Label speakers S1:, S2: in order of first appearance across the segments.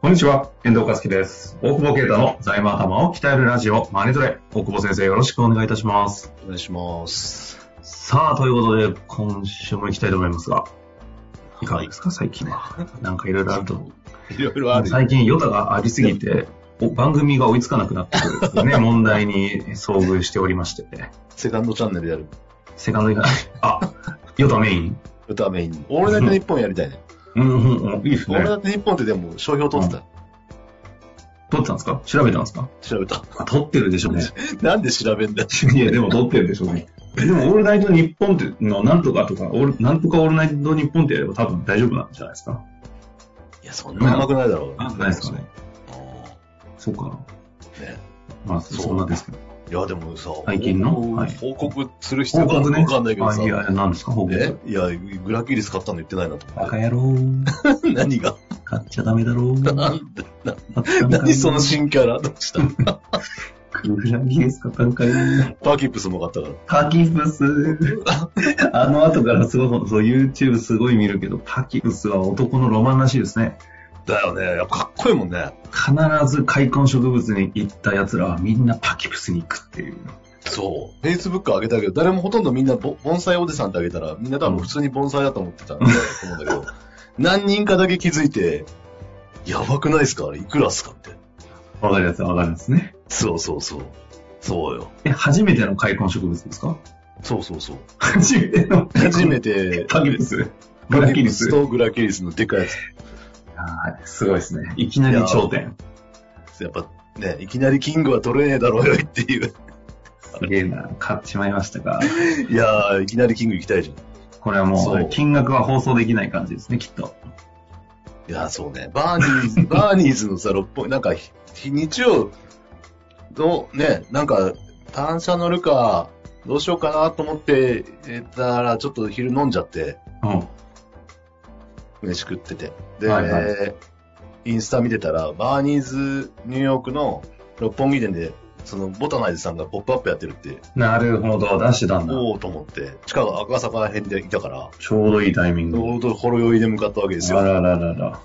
S1: こんにちは、遠藤和樹です。大久保啓太の財務頭を鍛えるラジオ、マネトレ。大久保先生、よろしくお願いいたします。
S2: お願いします。
S1: さあ、ということで、今週も行きたいと思いますが、いかがですか、最近は。なんかいろいろあると。
S2: いろいろあるよ。
S1: 最近、ヨタがありすぎて、お番組が追いつかなくなってくるって いうね、問題に遭遇しておりまして、
S2: セカンドチャンネルやる。
S1: セカンド以外、あ、ヨタメイン
S2: 歌メイン。俺だけの一本やりたいね。
S1: うん、うん、うん、いいです
S2: 俺
S1: ね。
S2: だけの一本ってでも、商標取ってた。
S1: 撮ってたんですか調べたんですか
S2: 調べた。
S1: あ撮ってるでしょうね。
S2: なんで調べんだよ。
S1: いや、でも撮ってるでしょうね。でも、オールナイト日本っての、なんとかとか、オールなんとかオールナイト日本ってやれば多分大丈夫なんじゃないですか。
S2: いや、そんな甘くないだろう。
S1: あ、ないですかね。
S2: う
S1: そうかな。
S2: ん。ね。
S1: まあ、そ
S2: そう
S1: うなんですけど。
S2: いや、でもさ、
S1: 最近の
S2: 報告
S1: はい
S2: 報告する必要があるのかわかんないけど
S1: あ、
S2: さ。
S1: いや、何ですか、報
S2: え
S1: 告。
S2: いや、グラキリス買ったの言ってないなと思
S1: バ
S2: っ
S1: カ
S2: て。
S1: 野郎。
S2: 何が
S1: 買っちゃダメだろ。
S2: なんでな
S1: 買ったんかい
S2: 何その新キャラどうした
S1: グラギレス買ったんかい。
S2: パーキップスも買ったから。
S1: パキプス。あの後からすごい、そう、YouTube すごい見るけど、パキプスは男のロマンらしいですね。
S2: だよね。やっぱかっこいいもんね。
S1: 必ず開墾植物に行った奴らはみんなパキプスに行くっていう。
S2: そう。Facebook 上げたけど、誰もほとんどみんなぼ盆栽おじさんってあげたら、みんな多分普通に盆栽だと思ってたん だと思うんだけど、何人かだけ気づいて、やばくないですかあれいくらっすかって。
S1: わかるやつはわかるんですね。
S2: そうそうそう。そうよ。
S1: え、初めての開墾植物ですか
S2: そうそうそう。
S1: 初めての
S2: 初め て、
S1: パキプス。ブラキリス。
S2: とグラキリスのでかいや
S1: はいすごいですね。いきなり頂点。
S2: つ。やっぱね、いきなりキングは取れねえだろうよっていう。
S1: すげえな。買っちまいましたか。
S2: いやー、いきなりキング行きたいじゃん。
S1: これはも
S2: そう
S1: う、金額は放送できない感じですね、きっと。
S2: いや、そうね。バーニ ーズ、バーニーズのさ、六本木、なんか、ひひ日曜の、ね、なんか、単車乗るか、どうしようかなと思ってえーたら、ちょっと昼飲んじゃって、
S1: うん。
S2: 飯食ってて。で、
S1: はいは
S2: インスタ見てたら、バーニーズニューヨークの六本木店で、その、ボタナイズさんがポップアップやってるって、
S1: なるほど。出してたんだ。
S2: おおと思って、地下が赤坂辺でいたから、
S1: ちょうどいいタイミン
S2: ち
S1: グ。
S2: ょうどほろ酔いで向かったわけです
S1: あ
S2: よ。
S1: らららら。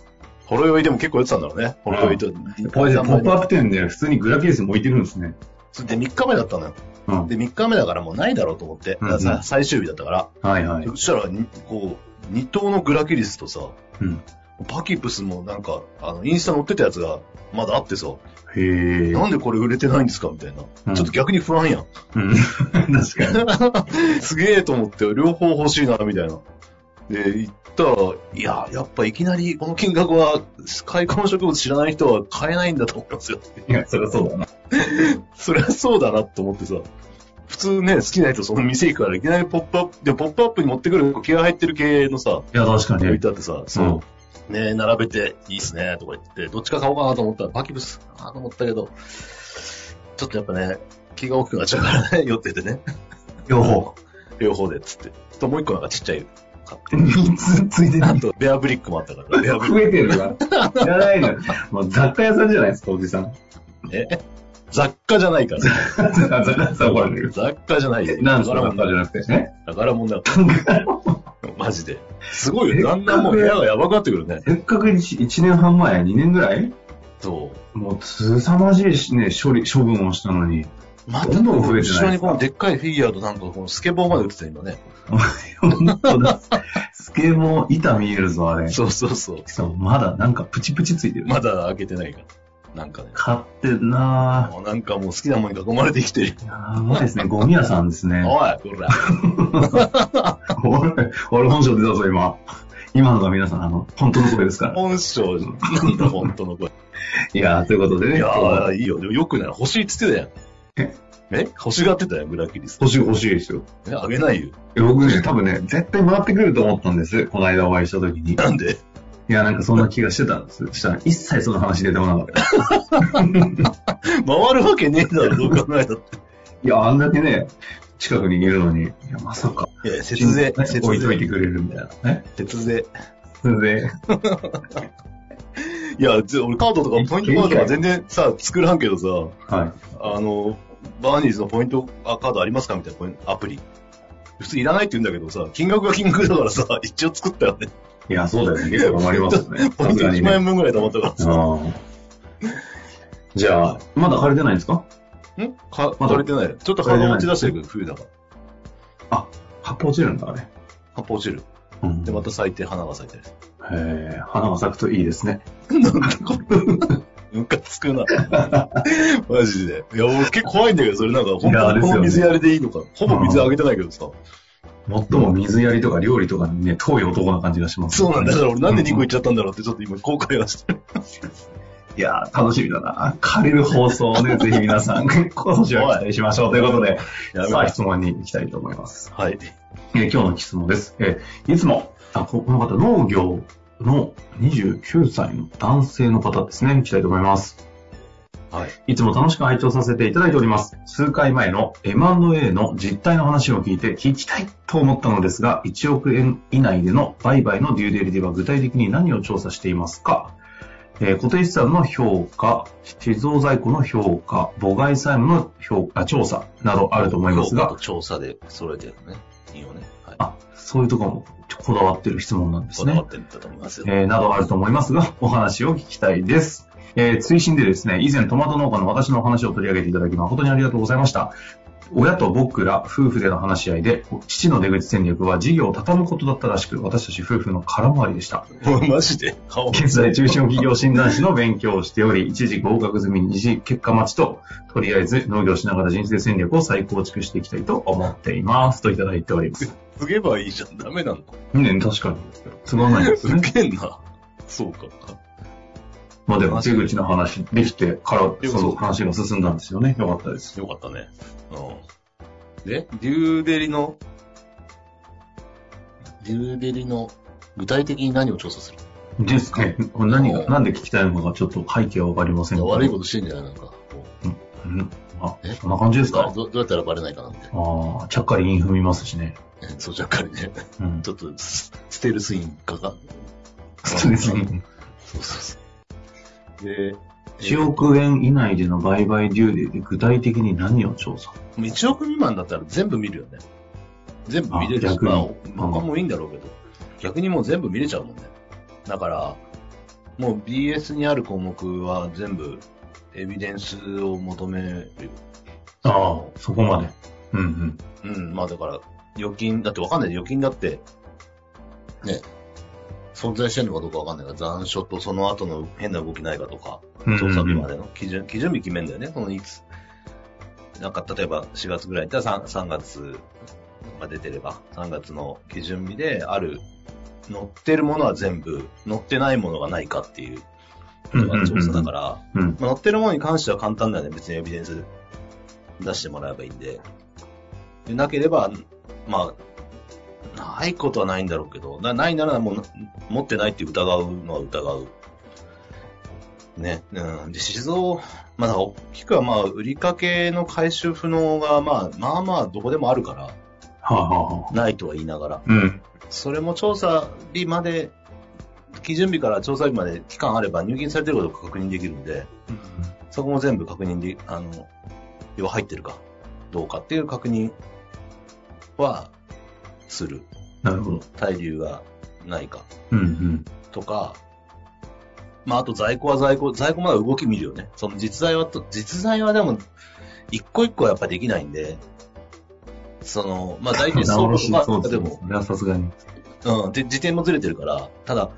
S2: ほろ酔いでも結構やってたんだろうね。ほろ酔いと。
S1: これでポップアップ店で普通にグラケースも置いてるんですね。
S2: で、3日目だったのよ。
S1: うん。
S2: で、3日目だからもうないだろうと思って、
S1: うんうん
S2: さ最終日だったから。
S1: はいはい。
S2: そしたらに、こう、二頭のグラキリスとさ、
S1: うん。
S2: パキプスもなんか、あの、インスタ載ってたやつが、まだあってさ、
S1: へえ。
S2: なんでこれ売れてないんですかみたいな。
S1: うん
S2: ちょっと逆に不安やん。
S1: うん。 確かに。
S2: すげえと思って、両方欲しいな、みたいな。で、行ったら、いや、やっぱいきなり、この金額は、開墾植物知らない人は買えないんだと思いますよ。
S1: いや、そりゃそうだな。
S2: そりゃそうだなと思ってさ、普通ね、好きな人その店行くからいきなりポップアップ、でもポップアップに持ってくる気が入ってる系のさ、
S1: いや、確か
S2: 置
S1: に
S2: い。てあってさ、
S1: そ
S2: そう、ね、並べていいっすね、とか言って、どっちか買おうかなと思ったらパキブスかなと思ったけど、ちょっとやっぱね、気が大きくなっちゃうからね、寄っててね、
S1: う。両方。
S2: 両方で、つって。ともう一個なんかちっちゃい買って。
S1: 3つついてる
S2: あと、ベアブリックもあったから、ベアブリッ
S1: 増えてるな。知らないのよ。もう雑貨屋さんじゃないですか、おじさん。
S2: ク。え雑貨じゃないか ら。
S1: 雑貨屋さん怒られる。
S2: 雑貨じゃないよ。
S1: なんですか、
S2: 宝
S1: 雑貨
S2: 物
S1: じゃなくて。ね。
S2: 宝物だから。 マジで。すごいよ。だんだんもう部屋がやばくなってくるね。
S1: せっかく 1, 年半前、2年ぐらい
S2: そ
S1: もう、すさまじいしね、処理、処分をしたのに。
S2: う。ま
S1: どんどん増えてない
S2: 後ろにこのでっかいフィギュアとなんかこのスケボーまで売ってた今ね。
S1: 本当だ。スケボー、板見えるぞ、あれ。
S2: そうそうそう。
S1: そう、まだなんかプチプチついてる。
S2: まだ開けてないから。なんかね。
S1: 買ってんなぁ。
S2: もうなんかもう好きなものに囲まれて生きてるよ。
S1: やばいですね、ゴミ屋さんですね。
S2: おい、こら。
S1: 俺、俺本性出たぞ、今。今のが皆さん、あの、本当の声です から。
S2: 本性、なんだ本当の声。
S1: いやーということでね。
S2: いや
S1: 今日は
S2: ー、いいよ。でもよくない。欲しいっつってたやん。え欲しがってたよ、グラキリス。
S1: 欲しい、欲しいですよ。
S2: えあげないよ。
S1: え僕ね、多分ね、絶対回ってくると思ったんです。この間お会いした時に。い
S2: なんで
S1: や、なんかそんな気がしてたんです。したら、一切その話出てこなかった。
S2: 回るわけねえだろ、どう考えたっ
S1: いや、あんだけね、近くにいるのに、いや、まさか、
S2: て。いや、節
S1: ね
S2: 税、節
S1: 置いといて
S2: 税、
S1: くれるみたいなね。
S2: 節税。
S1: それで、
S2: いや、ぜ俺カードとかポイントカードとか全然さ、作らんけどさ、
S1: はい。
S2: あの、バーニーズのポイントあカードありますかみたいなポイントアプリ。普通いらないって言うんだけどさ、金額が金額だからさ、 一応作ったよね。
S1: いや、そうだよね。結構頑張りますよ ね。
S2: ポイント1
S1: ね
S2: 万円分ぐらい貯まった からさ。
S1: あーじゃあ、まだ借りてないんですか
S2: んか、
S1: まだ
S2: 借りてないよちょっとカード持ち出してるけど、冬だから。
S1: 葉っぱ落ちるんだ、あれ。
S2: 葉っぱ落ちる。
S1: うん
S2: で、また咲いて、花が咲いて
S1: えー、花が咲くといいですね。
S2: る。なんだこれ。ムカつくな。 マジで。いや、俺結構怖いんだけど、それなんか、本
S1: いやあ
S2: 当
S1: れ
S2: に
S1: です
S2: こ
S1: よね
S2: の水やりでいいのか。ほぼ水あげてないけどさ。
S1: もっとも水やりとか料理とかね、遠い男な感じがします、
S2: そうなんだ。だから俺なんで2個
S1: う
S2: い
S1: ん
S2: っちゃったんだろうって、ちょっと今後悔はしてる。
S1: いやー、楽しみだな。借りる放送を ね、ぜひ皆さん、今年は期待しましょうということで、
S2: やめろ
S1: さあ質問に行きたいと思います。
S2: はい。
S1: えー今日の質問です。えーいつも、あ、ここの方、農業の29歳の男性の方ですね。行きたいと思います。
S2: はい。
S1: いつも楽しく拝聴させていただいております。数回前の M&A の実態の話を聞いて聞きたいと思ったのですが、1億円以内での売買のデューデリでは具体的に何を調査していますか、えー固定資産の評価、地蔵在庫の評価、母外債務の評価、調査などあると思いますが、
S2: 調査で揃えてるね。いいよね。はい。
S1: あ、そういうところもこだわってる質問なんです
S2: こだわ
S1: ね
S2: っ。てるんだと思いますよ。
S1: えーなどあると思いますが、お話を聞きたいです。えー追伸でですね、以前トマト農家の私のお話を取り上げていただき誠にありがとうございました。親と僕ら夫婦での話し合いで、父の出口戦略は事業を畳むことだったらしく、私たち夫婦の空回りでした。
S2: マジで顔
S1: 現在、中小企業診断士の勉強をしており、一時合格済み、二次結果待ちと、とりあえず農業しながら人生戦略を再構築していきたいと思っています。といただいており ます。
S2: すげばいいじゃん。ダメなの。
S1: ね、確かに。都合ないです
S2: す
S1: ね。
S2: げえな。そうか。
S1: まあでも、出口の話できてから、
S2: で
S1: そ
S2: も
S1: の話が進んだんですよね。よかったです。
S2: よかったね。うん。で、デューデリの、デューデリの、具体的に何を調査する
S1: ですかね。何が、
S2: うん
S1: なんで聞きたいのかがちょっと背景はわかりませんが。
S2: 悪いことしてんじゃないなんか。こ
S1: うん。あ
S2: え、
S1: そんな感じで
S2: う
S1: すか
S2: どどうやったらバレないかなって。
S1: ああ、ちゃっかりイン踏みますしね。
S2: えそう、じゃっかりね。
S1: うん。
S2: ちょっとス、ステルスインかかん。
S1: そうですね。
S2: そうそうそう。で、
S1: 1億円以内での売買デューデーで具体的に何を調査
S2: 1億未満だったら全部見るよね。全部見れる
S1: あ
S2: し、
S1: 逆に
S2: まあ、
S1: ん
S2: 他もいいんだろうけど、逆にもう全部見れちゃうもんね。だから、もう BS にある項目は全部、エビデンスを求める。
S1: ああ、そこまで。うんうん。
S2: うん、まあだから、預金、だってわかんない。預金だって、ね、存在してるのかどうかわかんないから、残暑とその後の変な動きないかとか、調査日までの基準、基準日決めんだよね、そのいつ。なんか、例えば4月ぐらいだったら 3, 3月が出てれば、3月の基準日である、載ってるものは全部、載ってないものがないかっていうことが調査だから、
S1: うんうんうんうんうん
S2: まあ載ってるものに関しては簡単だよね、別にエビデンス出してもらえばいいんで。でなければ、まあ、ないことはないんだろうけど、なないならもう、持ってないって疑うのは疑う。ね。うん。で、静岡、まあ、だから大きくはまあ、売りかけの回収不能が、まあ、まあまあ、どこでもあるから、
S1: はあはあはあ。
S2: ないとは言いながら、
S1: うん。
S2: それも調査日まで、基準日から調査日まで期間あれば入金されてることが確認できるんで、そこも全部確認で、あの、要は入ってるか、どうかっていう確認は、する。
S1: なるほど。
S2: 滞留がないか。
S1: うんうん。
S2: とか、まあ、あと在庫は在庫、在庫まだ動き見るよね。その実在はと、実在はでも、一個一個はやっぱできないんで、その、まあ、大 体
S1: 直し
S2: ま
S1: そう
S2: あ、
S1: で
S2: です
S1: ね
S2: も、。
S1: いや、さすがに。
S2: うん、で、時点もずれてるから、ただ、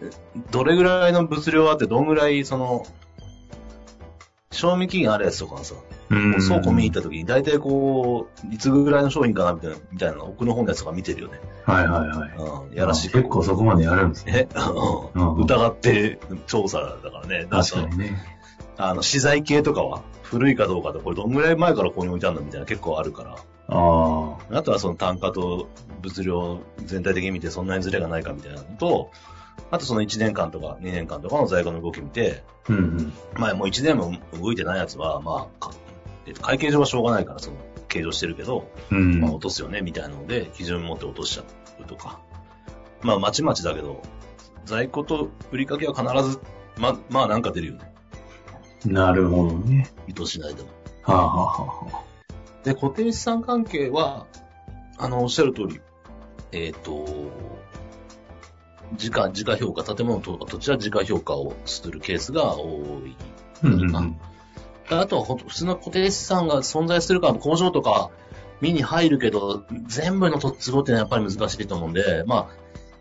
S2: えどれぐらいの物量あって、どんぐらい、その、賞味期限あるやつとかさ、
S1: うん
S2: 倉庫見に行った時に、大体こう、いつぐらいの商品かな、みたいな、みたいな、奥の方のやつとか見てるよね。
S1: はいはいはい。
S2: うん、やらしい。
S1: 結構そこまでやるんですね。
S2: ね、うん
S1: うん
S2: 疑って調査だからね。だから
S1: 確かにね。
S2: あの、資材系とかは、古いかどうかで、これどんぐらい前からここに置いてあるのみたいな結構あるから。
S1: あ
S2: あとはその単価と物量全体的に見てそんなにズレがないかみたいなのと、あとその1年間とか2年間とかの在庫の動き見て、
S1: あ。うんうん。
S2: まあもう1年も動いてないやつは、まあ、かえっと会計上はしょうがないから、その、計上してるけど、
S1: うん。
S2: まあ落とすよね、みたいなので、基準持って落としちゃうとか。まあまちまちだけど、在庫と売りかけは必ず、ま、まあなんか出るよね。
S1: なるほどね。
S2: 意図しないでも。
S1: はあ、はあはあ、
S2: で、固定資産関係は、あの、おっしゃる通り、えっ、と、時価、時価評価、建物とか土地は時価評価をするケースが多い。
S1: うんうんうん。
S2: あとはほんと、普通の固定資産が存在するから、工場とか、見に入るけど、全部の土地都合ってのはやっぱり難しいと思うんで、ま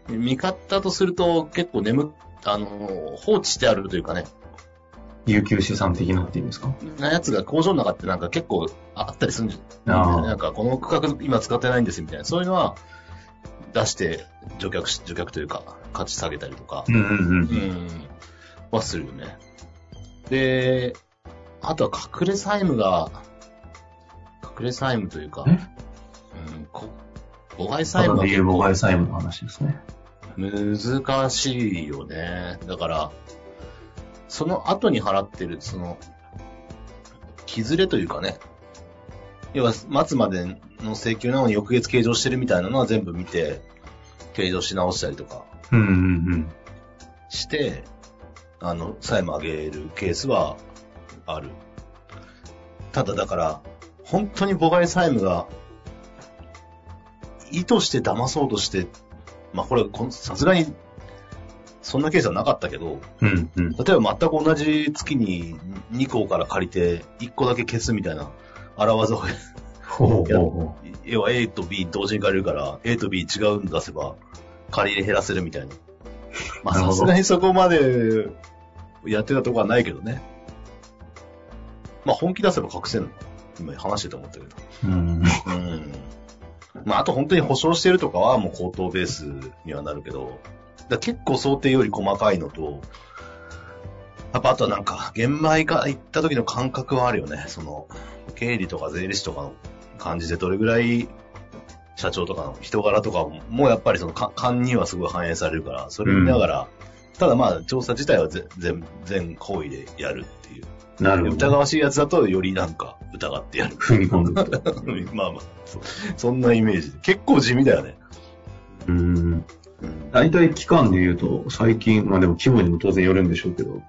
S2: あ、見方とすると結構眠っ、あの、放置してあるというかね、
S1: 有給資産的なっていうんですか
S2: なやつが工場の中ってなんか結構あったりするんじゃ
S1: ああ
S2: なんかこの区画今使ってないんですみたいな、そういうのは出して除却し、除却というか価値下げたりとか
S1: う、んうん
S2: う
S1: うん。
S2: ん、はするよね。で、あとは隠れ債務が、隠れ債務というか、
S1: え
S2: うん、こ母外
S1: た
S2: 債
S1: だ
S2: 務
S1: で言う母
S2: は
S1: 外債務の話ですね。
S2: 結構難しいよね。だから、その後に払ってる、その、気ずれというかね、要は、末までの請求なのに翌月計上してるみたいなのは全部見て、計上し直したりとか
S1: うんうん
S2: して、あの、債務上げるケースはある。ただだから、本当に母外債務が、意図して騙そうとして、まあこれ、こんさすがに、そんなケースはなかったけど、
S1: うん。うんうん。
S2: 例えば全く同じ月に2校から借りて、1個だけ消すみたいな、荒技を、
S1: ほうほうほ
S2: 要は A と B 同時に借りるから、A と B 違うの出せば、借り入れ減らせるみた いな。まあ
S1: なるほ
S2: さ
S1: ど
S2: すがにそこまでやってたとこはないけどね。まあ本気出せば隠せるの。今話してて思ったけど。
S1: う。うん。
S2: うん。まああと本当に保証してるとかはもう口頭ベースにはなるけど、だから結構想定より細かいのと、やっぱあとはなんか、玄米が行った時の感覚はあるよね。その、経理とか税理士とかの感じでどれぐらい社長とかの人柄とかももうやっぱりそのか勘にはすごい反映されるから、それを見ながら、ただまあ調査自体はぜ全、全行為でやるっていう。
S1: なるほ
S2: 疑
S1: ど。
S2: わしいやつだとよりなんか疑ってやる。
S1: 踏み込んでいくと。
S2: まあまあそ、そんなイメージ。結構地味だよね。
S1: うん。
S2: うん。
S1: 大体期間で言うと、最近、まあでも規模にも当然よるんでしょうけど、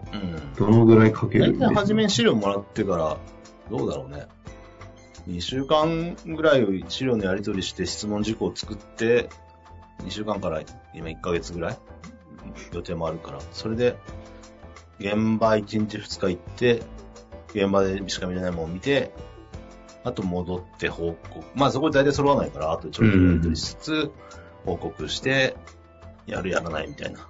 S1: どのぐらいかける
S2: 大
S1: んです
S2: 体
S1: か
S2: 初めに資料もらってから、どうだろうね。2週間ぐらい資料のやり取りして質問事項を作って、2週間から今1ヶ月ぐらい予定もあるから、それで、現場1日2日行って、現場でしか見れないものを見て、あと戻って報告。まあそこで大体揃わないから、あとちょっとやり取りしつつ、報告して、やるやらないみたいな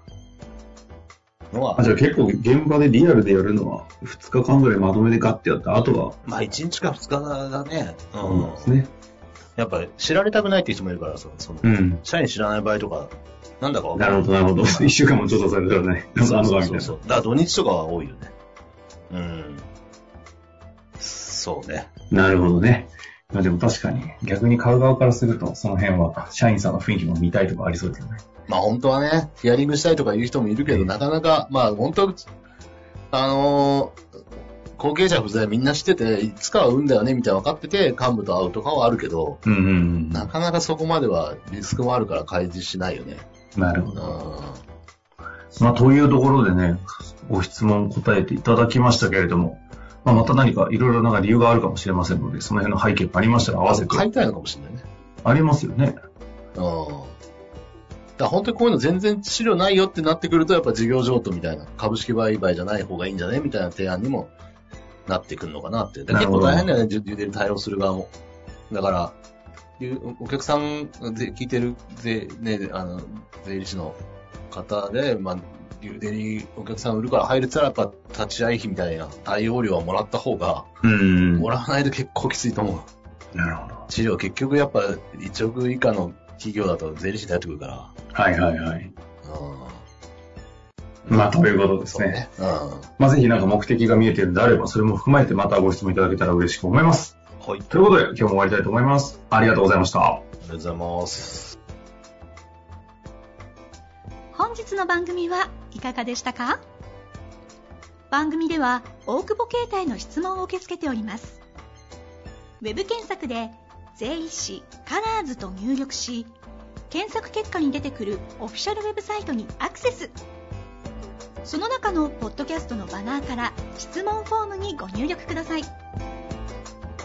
S2: のは
S1: あ、じゃあ結構現場でリアルでやるのは、2日間ぐらいまとめでガッてやった後は、
S2: まあ、1日か2日だね。
S1: うんですね。
S2: やっぱ、知られたくないっていう人もいるから、その、その
S1: うん。
S2: 社員知らない場合とか、なんだかわか
S1: なん
S2: な
S1: る
S2: い。
S1: ほど、なるほ ど。1週間も調査されたらね、なんかあの
S2: そ
S1: か
S2: う
S1: みたい
S2: そ
S1: うな
S2: そう。だから土日とかは多いよね。うん。そうね。
S1: なるほどね。まあでも確かに、逆に買う側からすると、その辺は社員さんの雰囲気も見たいとかありそうですよね。
S2: まあ本当はね、ヒアリングしたいとか言う人もいるけど、なかなか、まあ本当、あのー後継者不在みんな知ってて、いつかは産んだよね、みたいな分かってて、幹部と会うとかはあるけど、
S1: うんうんうん。
S2: なかなかそこまではリスクもあるから開示しないよね。
S1: なる
S2: う
S1: ほ
S2: ん。
S1: ど。
S2: は
S1: まあというところでね、ご質問答えていただきましたけれども、まあまた何かいろいろなんか理由があるかもしれませんので、その辺の背景もありましたら合わせて。
S2: 買いたいのかもしれないね。
S1: ありますよね。
S2: うん。だから本当にこういうの全然資料ないよってなってくると、やっぱ事業譲渡みたいな、株式売買じゃない方がいいんじゃねみたいな提案にもなってくるのかなって。で
S1: な
S2: 結
S1: るほど
S2: 構大変だよね、デュデル対応する側も。だから、ゆお客さんで聞いてる税,、ね、あの税理士の方で、まあ、デュデリお客さん売るから入るって言ったら、やっぱ立ち会い費みたいな対応料はもらった方が、
S1: うん
S2: もらわないと結構きついと思う。
S1: なるほど。
S2: 資料結局やっぱ1億以下の企業だと税理士になってくるから。
S1: はいはいはい。
S2: うん
S1: まあ、ということです
S2: そう
S1: ね。
S2: ね。うん。は
S1: まあ、ぜひなんか目的が見えてるんであれば、それも含めてまたご質問いただけたら嬉しく思います。
S2: い。ありが
S1: ということで、今日も終わりたいと思います。ありがとうございました。
S2: とうございます。
S3: 本日の番組はいかがでしたか番組では大久保携帯の質問を受け付けておりますウェブ検索で「税理士カラーズと入力し検索結果に出てくるオフィシャルウェブサイトにアクセスその中のポッドキャストのバナーから質問フォームにご入力ください